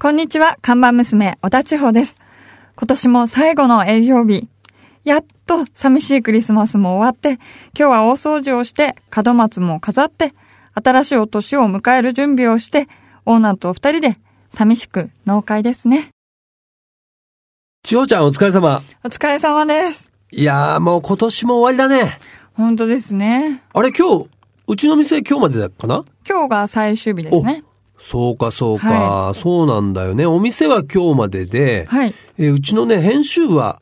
こんにちは、看板娘、小田千穂です。今年も最後の営業日。やっと寂しいクリスマスも終わって、今日は大掃除をして、門松も飾って、新しいお年を迎える準備をして、オーナーとお二人で、寂しく農会ですね。千穂ちゃんお疲れ様。お疲れ様です。いやーもう今年も終わりだね。本当ですね。あれ今日、うちの店今日までだっかな今日が最終日ですね。そうかそうか、はそうなんだよね。お店は今日までで、はい。えーうちのね、編集部は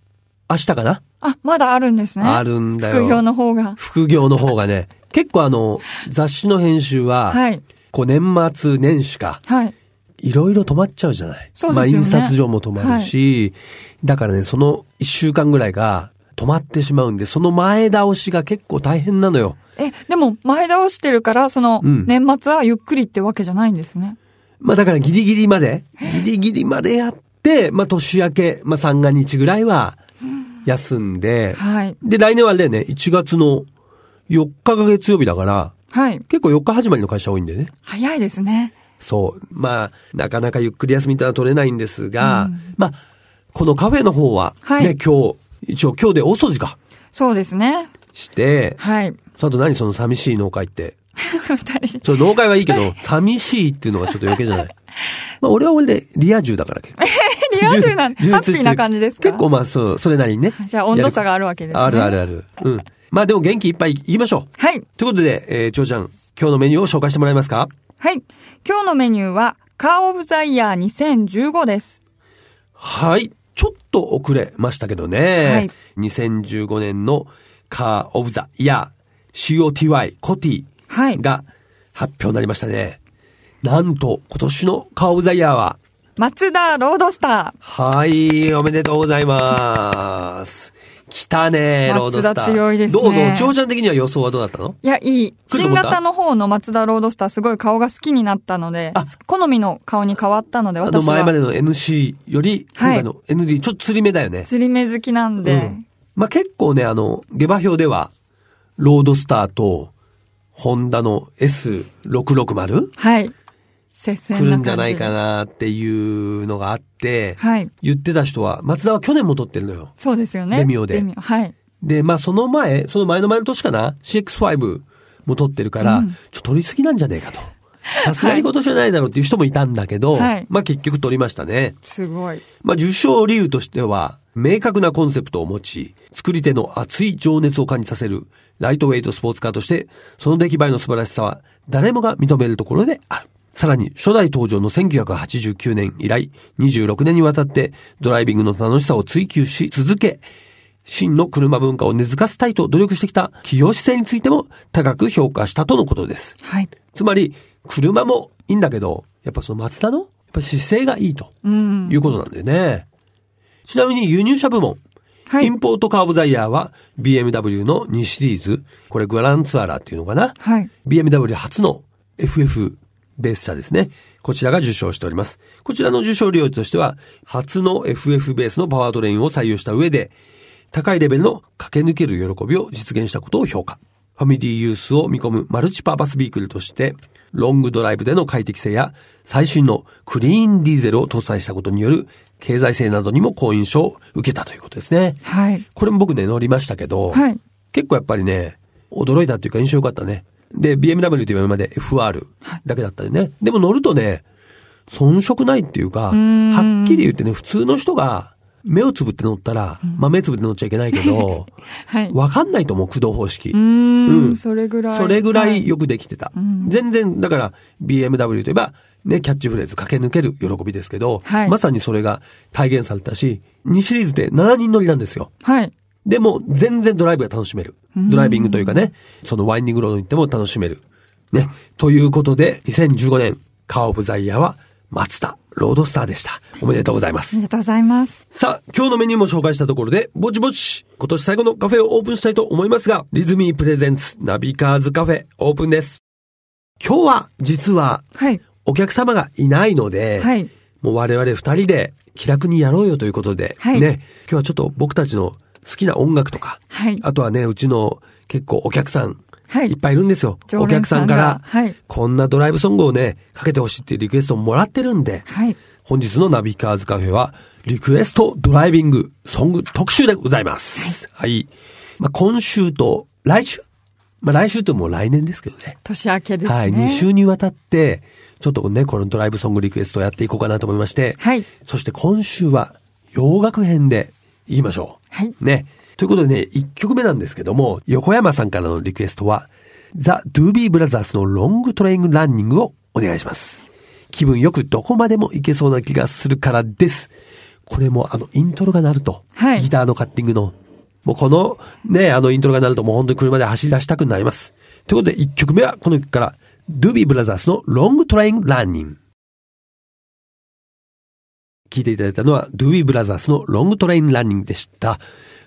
明日かな、あ、まだあるんですね。あるんだよ。副業の方が。副業の方がね、結構あの、雑誌の編集は、はい。こう年末年始か、はい。いろいろ止まっちゃうじゃない。そうですよねまあ印刷所も止まるし、だからね、その一週間ぐらいが止まってしまうんで、その前倒しが結構大変なのよ。え、でも前倒してるから、その、うん年末はゆっくりってわけじゃないんですね。まあだからギリギリまで、ギリギリまでやって、まあ年明け、まあ三が日ぐらいは休んで、はい。で来年はあれだよね、1月の4日が月曜日だから、はい。結構4日始まりの会社多いんだよね。早いですね。そう。まあ、なかなかゆっくり休みってのは取れないんですが、うんまあ、このカフェの方は、ね、はい今日、一応今日で大掃除かそうですね。して、はい。 あと何その寂しい農会って。二人。ちょ、農会はいいけど、寂しいっていうのがちょっと余計じ ゃない。まあ、俺は俺でリア充だから結構。リア充なん、ハ充ッ実ピしーてるな感じですか結構まあ、そう、それなりにね。じゃあ温度差があるわけですねあるあるある。うん。まあでも元気いっぱい行きましょう。はい。ということで、えー、ちょうちゃん、今日のメニューを紹介してもらえますかはい。今日のメニューは、カーオブザイヤー2015です。はい。ちょっと遅れましたけどね。2015年のカー・オブ・ザ・イヤー COTY コティはい。が発表になりましたね。なんと今年のカー・オブ・ザ・イヤーは、松田ロードスタはい、おめでとうございます。来たね、松田ロードスター。強いですねどうぞ、長ちゃん的には予想はどうだったのー。いや、いい。来ると新思った型の方の松田ロードスター、すごい顔が好きになったのであ、好みの顔に変わったので、あの私前までは、の NC より、今回の ND、ちょっと釣り目だよね。釣り目好きなんで、うんまあ、結構ね、あの、下馬評では、ロードスターと、ホンダの S660? はい。接戦な感来じでるんじゃないか。なっていうのがあって、はい。言ってた人は、松田は去年も撮ってるのよ。そうですよね。レミオではい。で、まあその前、その前の前の年かな、CX5 も撮ってるから、うんちょっと撮りすぎなんじゃねえかと。さすがに今年はないだろうっていう人もいたんだけど、はいまあ結局撮りましたね。すごい。まあ、受賞理由としては、明確なコンセプトを持ち、作り手の熱い情熱を感じさせる、ライトウェイトスポーツカーとして、その出来栄えの素晴らしさは、誰もが認めるところである。さらに、初代登場の1989年以来、26年にわたって、ドライビングの楽しさを追求し続け、真の車文化を根付かせたいと努力してきた企業姿勢についても高く評価したとのことです。はい。つまり、車もいいんだけど、やっぱその松田の、やっぱ姿勢がいいと。うん。いうことなんだよね。ちなみに輸入車部門。はいインポートカーブザイヤーは BMW の2シリーズ。これグランツアラーっていうのかな。はい。 BMW 初の FF ベース車ですね。こちらが受賞しております。こちらの受賞理由としては、初の FF ベースのパワードレインを採用した上で、高いレベルの駆け抜ける喜びを実現したことを評価。ファミリーユースを見込むマルチパーパスビークルとして、ロングドライブでの快適性や最新のクリーンディーゼルを搭載したことによる経済性などにも好印象を受けたということですね。はい。これも僕ね、乗りましたけど、はい結構やっぱりね、驚いたっていうか印象良かったね。で、BMW という今まで FR だけだったんでね。でも乗るとね、遜色ないっていうか、んはっきり言ってね、普通の人が目をつぶって乗ったら、まあ目つぶって乗っちゃいけないけど、 はい。わかんないと思う、駆動方式。うーうんん、それぐらい。それぐらはいよくできてた。ん全然、だから、BMW といえば、ね、キャッチフレーズ、駆け抜ける喜びですけど、はいまさにそれが体現されたし、2シリーズで7人乗りなんですよ。はい。でも、全然ドライブが楽しめる。ドライビングというかね、そのワインディングロードに行っても楽しめる。ね。ということで、2015年、カーオブザイヤーは、松田ロードスターでした。おめでとうございまあす。りがとうございます。さあ、今日のメニューも紹介したところで、ぼちぼち、今年最後のカフェをオープンしたいと思いますが、リズミープレゼンツナビカーズカフェオープンです。今日は、実は、はい。お客様がいないので、はい。もう我々二人で気楽にやろうよということで、はいね、今日はちょっと僕たちの好きな音楽とか、はい。あとはね、うちの結構お客さん、はいいっぱいいるんですよ。お常連客ささんんがから、はいこんなドライブソングをね、かけてほしいっていうリクエストももらってるんで、はい。本日のナビカーズカフェは、リクエストドライビングソング特集でございます。はい。まあ、今週と来週まあ、来週ってもう来年ですけどね。年明けですね。はい。2週にわたって、ちょっとね、このドライブソングリクエストをやっていこうかなと思いまして。はいそして今週は洋楽編でいきましょう。はいね。ということでね、1曲目なんですけども、横山さんからのリクエストは、ザ・ドゥービー・ブラザーズのロングトレインランニングをお願いします。気分よくどこまでも行けそうな気がするからです。これもあの、イントロが鳴ると、はいギターのカッティングの、もうこのね、あのイントロが鳴るともう本当に車で走り出したくなります。ということで1曲目はこの曲から、ドゥービー・ブラザーズのロングトレインランニング。聞いていただいたのは、ドゥービーブラザーズのロングトレインランニングでした。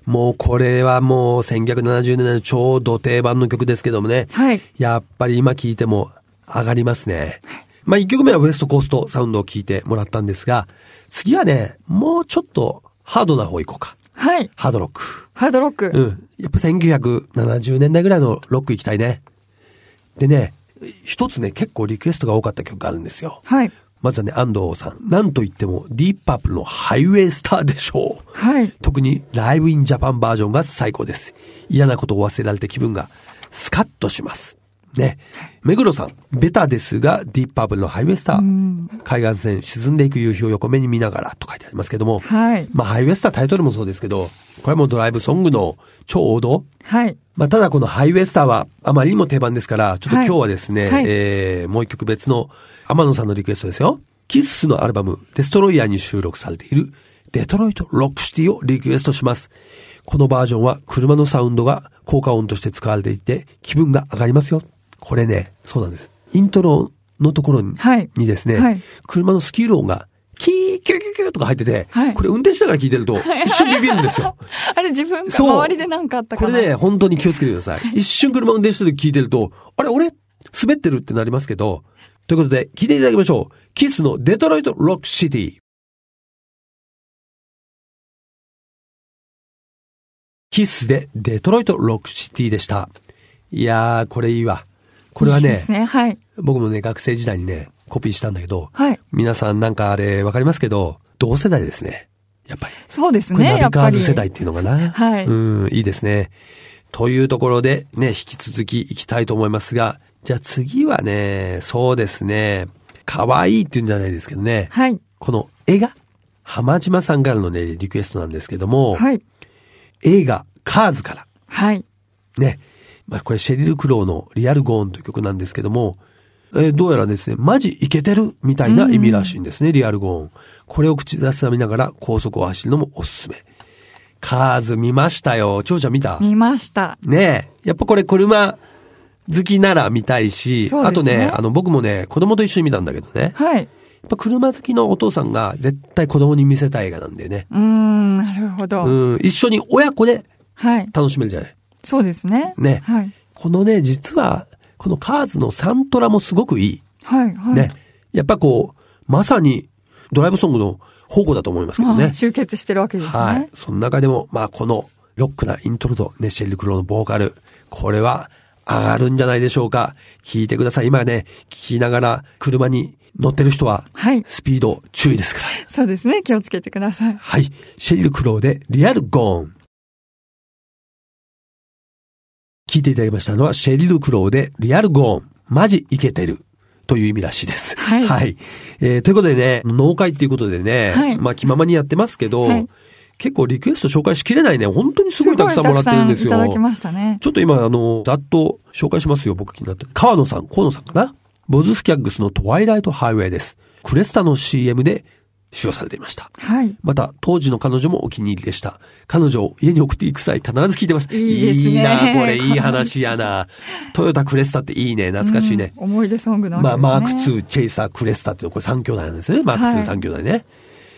もうこれはもう1970年代の超ド定番の曲ですけどもね。はいやっぱり今聞いても上がりますね。まあ1曲目はウエストコーストサウンドを聞いてもらったんですが、次はね、もうちょっとハードな方行こうか。はい。ハードロック。ハードロック。うん。やっぱ1970年代ぐらいのロック行きたいね。でね、一つね、結構リクエストが多かった曲があるんですよ。はい。まずはね、安藤さん。なんといっても、ディープパープルのハイウェイスターでしょう。はい。特に、ライブインジャパンバージョンが最高です。嫌なことを忘れられて気分が、スカッとします。ね。目黒さん、ベタですが、ディープパープルのハイウェイスター。海岸線、沈んでいく夕日を横目に見ながらと書いてありますけども。はい。まあ、ハイウェイスタータイトルもそうですけど、これはもうドライブソングの超王道。はい。まあ、ただこのハイウェイスターはあまりにも定番ですから、ちょっとはい今日はですね、はいえー、もう一曲別の天野さんのリクエストですよ。キッスのアルバム、デストロイヤーに収録されている、デトロイト・ロックシティをリクエストします。このバージョンは車のサウンドが効果音として使われていて、気分が上がりますよ。これね、そうなんです。イントロのところに,、はいにですね、はい車のスキル音が、キーキューキューキューとか入ってて、はいこれ運転しながら聞いてると、一瞬ビビるんですよ。あれ自分がそう周りで何かあったかなこれね、本当に気をつけてくださ い。一瞬車運転してる時聞いてると、あれ、俺、滑ってるってなりますけど。ということで、聞いていただきましょう。キスのデトロイト・ロック・シティ。キスでデトロイト・ロック・シティでした。いやー、これいいわ。これはいいでねす、ね。はい。僕もね、学生時代にね、コピーしたんだけど、はい。皆さんなんかあれ、わかりますけど、同世代ですね。やっぱり。そうですこれね。ナやビっカぱーり。ズ世代っていうのかな。はいうん、いいですね。というところで、ね、引き続きいきたいと思いますが、じゃあ次はね、そうですね、可愛いっていうんじゃないですけどね、はい。この絵が、浜島さんからのね、リクエストなんですけども、はい。映画、カーズから、はい。ね、まあこれシェリル・クローのリアル・ゴーンという曲なんですけども、えーどうやらですね、マジイケてるみたいな意味らしいんですね、リアル・ゴーン。これを口ずさみながら高速を走るのもおすすめ。カーズ見ましたよ。長ちゃん見た見ました。ねえ。やっぱこれ車好きなら見たいし、そうですねあとね、あの僕もね、子供と一緒に見たんだけどね。はい。やっぱ車好きのお父さんが絶対子供に見せたい映画なんだよね。うーん、なるほど。うん、一緒に親子ではい。楽しめるじゃない。そうですね。ね。はい。このね、実は、このカーズのサントラもすごくい。はい。はいい。ね。やっぱこう、まさにドライブソングの宝庫だと思いますけどまねあ、。集結してるわけですね。はい。その中でも、まあこのロックなイントロとね、シェルクローのボーカル、これは上がるんじゃないでしょうか。聞いてください。今ね、聞きながら車に乗ってる人は、はいスピード注意ですから。そうですね。気をつけてください。はい。シェリル・クローでリアル・ゴーン。聞いていただきましたのは、シェリル・クローでリアル・ゴーン。マジイケてる。という意味らしいです。はいえーということでね、農会っていうことでね、はいまあ気ままにやってますけど、はい結構リクエスト紹介しきれないね、本当にすごいたくさんもらってるんですよ。いただきましたね。ちょっと今、あの、ざっと紹介しますよ、僕気になってる。川野さん、河野さんかなボズスキャッグスのトワイライト・ハイウェイです。クレスタの CM で使用されていました。はい。また、当時の彼女もお気に入りでした。彼女を家に送っていく際、必ず聞いてました。いいですねいな、これ、いい話 やな。トヨタクレスタっていいね、懐かしいね。うん思い出ソングのわけまあ、ですね。マーク2、チェイサー、クレスタっていうのこれ3兄弟なんですね。マークは2、い3兄弟ね。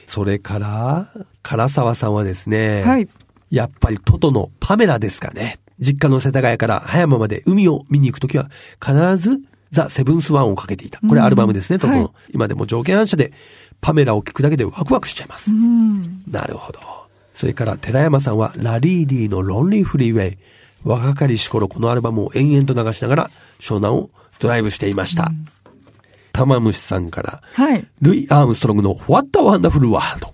それから、唐沢さんはですね、はいやっぱりトトのパメラですかね。実家の世田谷から葉山まで海を見に行くときは、必ずザ・セブンスワンをかけていた。これアルバムですね、うんトトの。はい今でも条件反射で、パメラを聞くだけでワクワクしちゃいます。うん。なるほど。それから寺山さんはラリーリーのロンリーフリーウェイ。若かりし頃このアルバムを延々と流しながら湘南をドライブしていました。玉虫さんから、はい。ルイ・アームストロングの What a Wonderful World。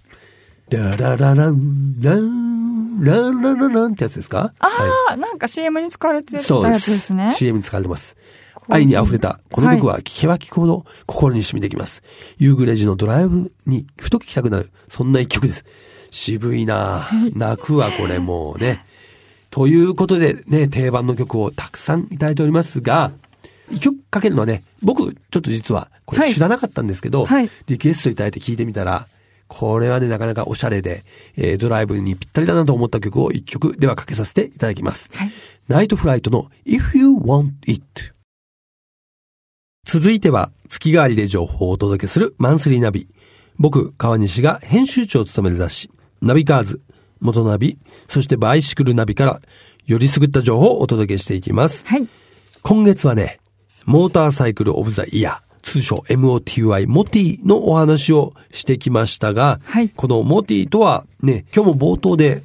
ララララン、ラン、ランララランってやつですかあはいあ、なんか CM に使われてたやつそうでですす。ね。 CM に使われてます。ういう愛に溢れた、この曲は聴けば聴くほど心に染みてきます。夕暮れ時のドライブにふと聴きたくなる、そんな一曲です。渋いなあ泣くわ、これもうね。ということでね、定番の曲をたくさんいただいておりますが、一曲かけるのはね、僕、ちょっと実は、こはれい知らなかったんですけど、はいリクエストいただいて聴いてみたら、これはね、なかなかおしゃれで、えードライブにぴったりだなと思った曲を一曲ではかけさせていただきます。はい。ナイトフライトの If You Want It。続いては月替わりで情報をお届けするマンスリーナビ。僕、川西が編集長を務める雑誌、ナビカーズ、元ナビ、そしてバイシクルナビからよりすぐった情報をお届けしていきます。はい。今月はね、モーターサイクルオブザイヤー、通称 MOTY、モティのお話をしてきましたが、はいこのモティとはね、今日も冒頭で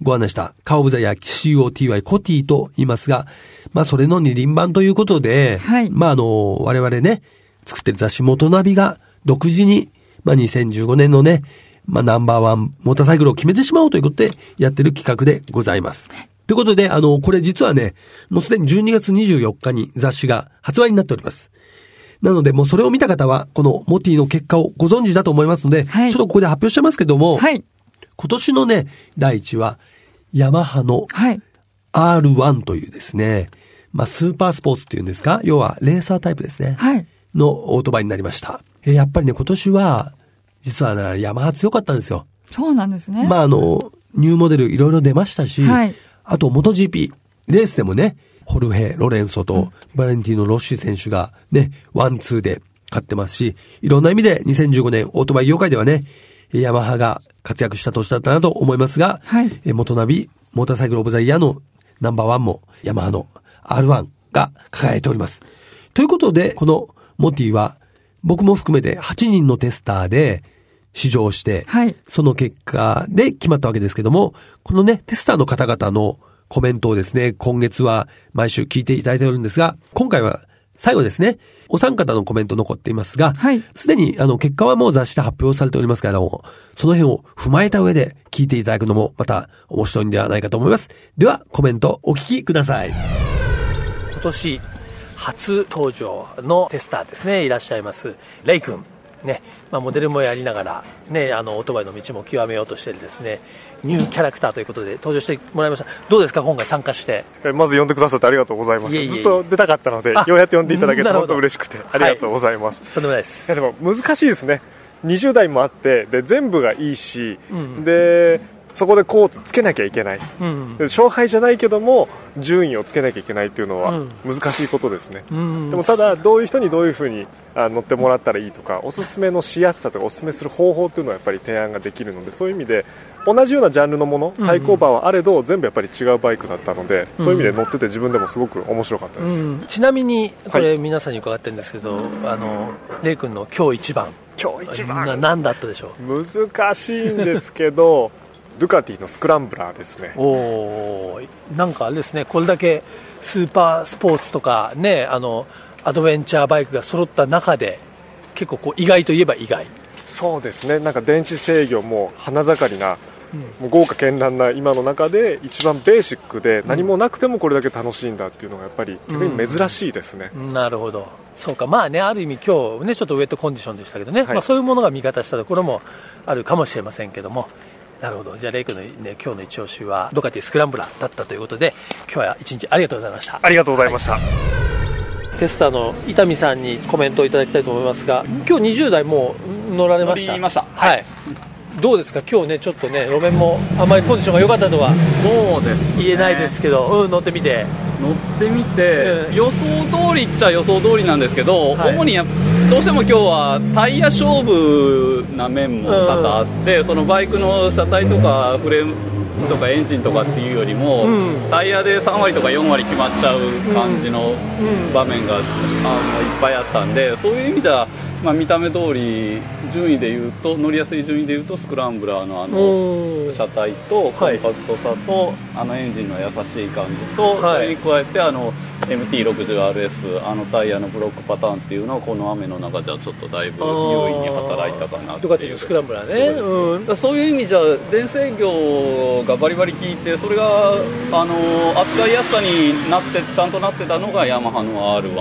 ご案内したカーオブザイヤー COTY コティと言いますが、まあそれの二輪版ということで、はいまああの、我々ね、作ってる雑誌元ナビが独自に、まあ2015年のね、まあナンバーワンモーターサイクルを決めてしまおうということでやってる企画でございます。ということで、あの、これ実はね、もうすでに12月24日に雑誌が発売になっております。なので、もうそれを見た方は、このモティの結果をご存知だと思いますので、はいちょっとここで発表してますけども、はい。今年のね、第一は、ヤマハのはい。 R1 というですね、まあ、スーパースポーツっていうんですか要は、レーサータイプですね。はい。のオートバイになりました。えーやっぱりね、今年は、実はね、ヤマハ強かったんですよ。そうなんですね。まあ、あの、ニューモデルいろいろ出ましたし、はいあと、元 GP、レースでもね、ホルヘ、ロレンソとバレンティーノ・ロッシー選手がね、ワン、ツーで勝ってますし、いろんな意味で2015年オートバイ業界ではね、ヤマハが活躍した年だったなと思いますが、はいえ元ナビ、モーターサイクル・オブ・ザ・イヤーのナンバーワンも、ヤマハの R1 が輝いております。ということで、このモティは、僕も含めて8人のテスターで試乗して、はいその結果で決まったわけですけども、このね、テスターの方々のコメントをですね、今月は毎週聞いていただいておるんですが、今回は最後ですね、お三方のコメント残っていますが、はいすでにあの結果はもう雑誌で発表されておりますけれども、その辺を踏まえた上で聞いていただくのもまた面白いんではないかと思います。では、コメントお聞きください。今年初登場のテスターですねいらっしゃいますレイ君ね、まあ、モデルもやりながら、ね、あのオートバイの道も極めようとしてるですねニューキャラクターということで登場してもらいましたどうですか今回参加してえまず呼んでくださってありがとうございますいえいえいえずっと出たかったのであようやって呼んでいただけてなる本ほど当嬉しくてありがとうございます、とんでもないでいやすでも難しいですね20代もあってで全部がいいし、でそこでコーツつけなきゃいけない、で勝敗じゃないけども順位をつけなきゃいけないっていうのは難しいことですね、でもただどういう人にどういうふうにあ乗ってもらったらいいとかおすすめのしやすさとかおすすめする方法っていうのはやっぱり提案ができるのでそういう意味で同じようなジャンルのもの対抗馬はあれど全部やっぱり違うバイクだったので、そういう意味で乗ってて自分でもすごく面白かったです、うんちなみにこはれい皆さんに伺ってるんですけど、あのレイ君の今日一番今日一番な何だったでしょう難しいんですけど ドゥカティのスクランブラーですねおーなんかあれですねこれだけスーパースポーツとかねあのアドベンチャーバイクが揃った中で結構こう意外といえば意外そうですねなんか電子制御も花盛りな、もう豪華絢爛な今の中で一番ベーシックで何もなくてもこれだけ楽しいんだっていうのがやっぱり逆に珍しいですね、なるほどそうかまあねある意味今日ねちょっとウェットコンディションでしたけどね、はいまあ、そういうものが味方したところもあるかもしれませんけどもなるほどじゃあレイ君の、ね、今日の一押しはドカティスクランブラーだったということで今日は一日ありがとうございましたありがとうございました、テスターの伊丹さんにコメントをいただきたいと思いますが今日20代もう乗られました乗りましたはいどうですか今日ねちょっとね路面もあまりコンディションが良かったとはそうです、言えないですけど、うん乗ってみて乗ってみて、ええ予想通りっちゃ予想通りなんですけど、はい主にやっどうしても今日はタイヤ勝負な面も多々あって、そのバイクの車体とかフレームとかエンジンとかっていうよりも、んタイヤで3割とか4割決まっちゃう感じの場面が、あのいっぱいあったんでそういう意味じゃ、まあ、見た目通り順位で言うと乗りやすい順位で言うとスクランブラーのあのおー車体とコはンいパクトさと、あのエンジンの優しい感じと、はいそれに加えてあの MT60RS あのタイヤのブロックパターンっていうのはこの雨の中じゃちょっとだいぶ優位に働いたかなってドカチいのうスクランブラーねだからそういう意味じゃ電制業がバリバリ効いてそれがあの扱いやすさになってちゃんとなってたのがヤマハの R1 う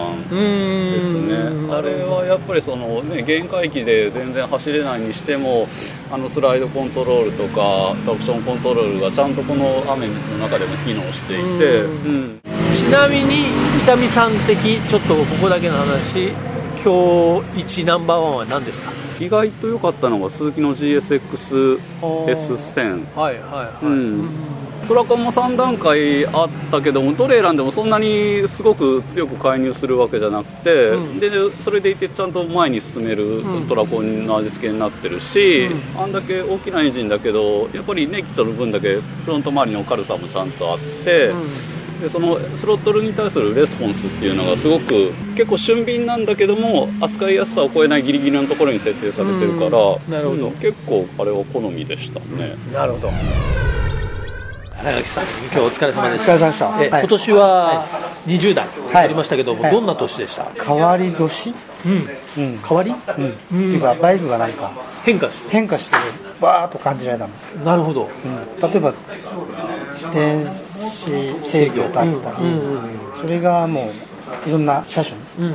んですねうんあれはやっぱりその、ね、限界期で全然走れないにしてもあのスライドコントロールとかトラクションコントロールがちゃんとこの雨の中でも機能していて、ううんちなみに伊丹さん的ちょっとここだけの話今日1ナンバーワンは何ですか意外と良かったのが鈴木の GSX-S1000 はいはいはい、うんプラコンも3段階あったけどもどれ選んでもそんなにすごく強く介入するわけじゃなくて、うんでそれでいてちゃんと前に進めるうんトラコンの味付けになってるし、うあんだけ大きなエンジンだけどやっぱりネキットの分だけフロント周りの軽さもちゃんとあって、でそのスロットルに対するレスポンスっていうのがすごく結構俊敏なんだけども扱いやすさを超えないギリギリのところに設定されてるから、うんなるほどうん結構あれは好みでしたね。なるほど新垣さん今日お疲れ様でおし疲たれ様でした。えはい今年は20代いやりましたけども、はいどんな年でした、変わり年、うん、変わり、うん、っていうかバイクがなんか変化して変化してるバーっと感じられたの、なるほど、うん、例えば電子制御だったり、それがもういろんな車種に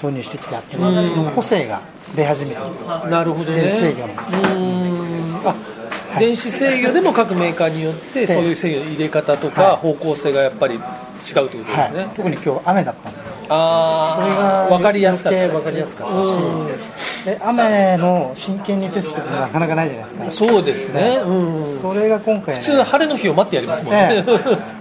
投入してきてあって、その個性が出始めているなるほどね電子制御の、あはい電子制御でも各メーカーによってそういう制御の入れ方とはかい方向性がやっぱり違うってことですね、はい、特に今日雨だったんであそれがあ分かりやすかった分かりやすかったしで雨の真剣にテストってなかなかないじゃないですかそうですね、うんうんそれが今回、普ね、通晴れの日を待ってやりますもんねえ、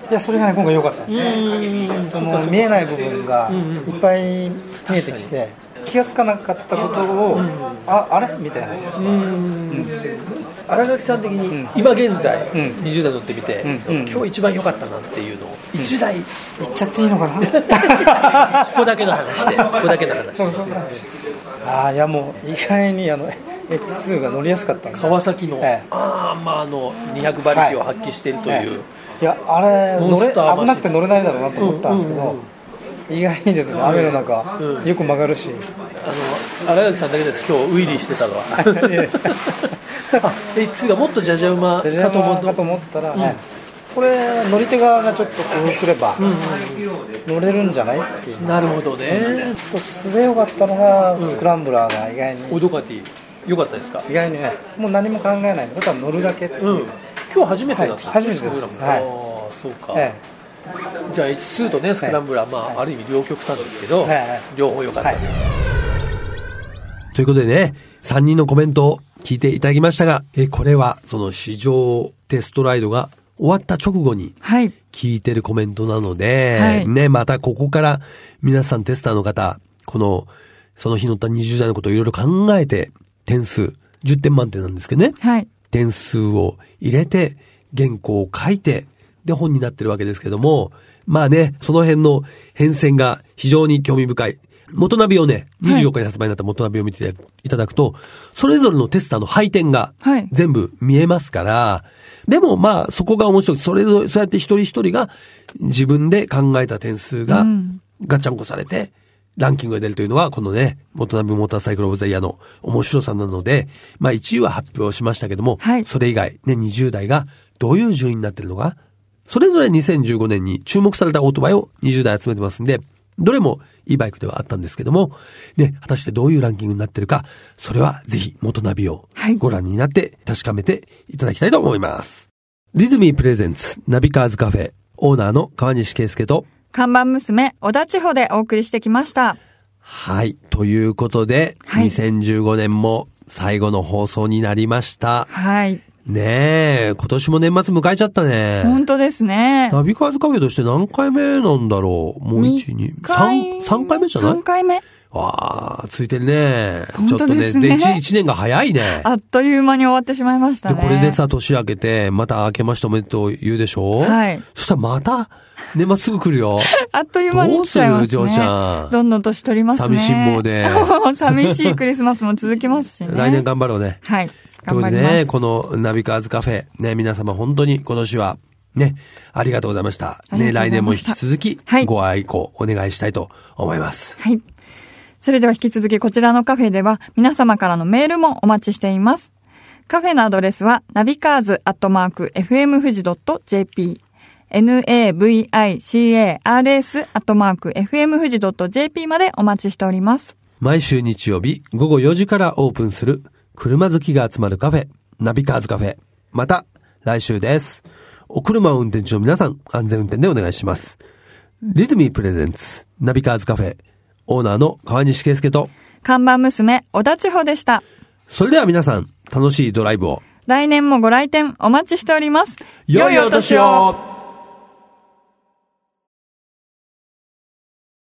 え、いやそれがね今回良かったですねその見えない部分がいっぱい見えてきて気が付かなかったことを、ああれみたいな、荒垣さん的に今現在、ん20代乗ってみて、うんうん今日一番良かったなっていうのを1台、言っちゃっていいのかな ここだけの話でここだけの話そうそうああいやもう意外にあの X2 が乗りやすかったんで川崎の、ええああまああの200馬力を発揮しているという、ええいやあれ乗モンれスターマシン危なくて乗れないだろうなと思ったんですけど、意外にですね雨の中、よく曲がるし、あの荒垣さんだけです今日ウィリーしてた のはえあ H2 がもっとじゃじゃ馬かじゃと思うかと思ったら、ねこれ乗り手側がちょっと工夫すれば、乗れるんじゃないっていうなるほどね、と素でよかったのが、スクランブラーが意外に、おドカティ良かったですか意外にねもう何も考えないでただ乗るだけっていう、うん今日初めてだったはい初めてですです、はいあーそうか、えじゃあ H2 とねスクランブラー、まあ、ある意味両極端ですけど、はいはい両方良かえった、はいということでね、3人のコメントを聞いていただきましたが、えこれはその試乗テストライドが終わった直後にはい。聞いてるコメントなので、はいね、またここから皆さんテスターの方、この、その日乗った20代のことをいろいろ考えて、点数、10点満点なんですけどね、はい。点数を入れて、原稿を書いて、で本になってるわけですけども、まあね、その辺の変遷が非常に興味深い。元ナビをね、はい24日に発売になった元ナビを見ていただくと、それぞれのテスターの配点がはい全部見えますから、でもまあそこが面白い。それぞれ、そうやって一人一人が自分で考えた点数がうんガチャンコされて、ランキングが出るというのは、このね、元ナビモーターサイクルオブザイヤーの面白さなので、まあ1位は発表しましたけども、はいそれ以外、ね、20代がどういう順位になってるのか、それぞれ2015年に注目されたオートバイを20代集めてますんで、どれもいいバイクではあったんですけども、ね、果たしてどういうランキングになってるか、それはぜひ元ナビをはいご覧になって確かめていただきたいと思います。リズミープレゼンツナビカーズカフェ、オーナーの川西圭介と、看板娘、小田地方でお送りしてきました。はい。ということで、はい2015年も最後の放送になりました。はい。ねえ、今年も年末迎えちゃったね。本当ですね。ナビカーズカフェとして何回目なんだろうもう1、2、回3、3回目じゃない3回目わあ、ついてるね。ちょ本っと当ね、ですでね一一年が早いね。あっという間に終わってしまいましたで、ね。これでさ、年明けて、また明けましておめでとう言うでしょはいそしたらまた、年末すぐ来 るよ。あっという間に来ちゃいますね。どうするジョーちゃんどんどん年取りますね。寂しん坊で 寂しいクリスマスも続きますしね。来年頑張ろうね。はい。という頑張こりとでます。ね、このナビカーズカフェ、ね、皆様本当に今年は、ね、ありがとうございました。ありがとうござね、いました来年も引き続きは、いご愛顧お願いしたいと思います。はい。それでは引き続きこちらのカフェでは皆様からのメールもお待ちしています。カフェのアドレスはナビカーズアットマーク FMFUJI.jp navicars アットマーク FMFUJI.jp までお待ちしております。毎週日曜日午後4時からオープンする車好きが集まるカフェ、ナビカーズカフェ。また来週です。お車を運転中の皆さん、安全運転でお願いします。リズミープレゼンツ、ナビカーズカフェ、オーナーの川西圭介と、看板娘、小田千穂でした。それでは皆さん、楽しいドライブを。来年もご来店お待ちしております。良いお年を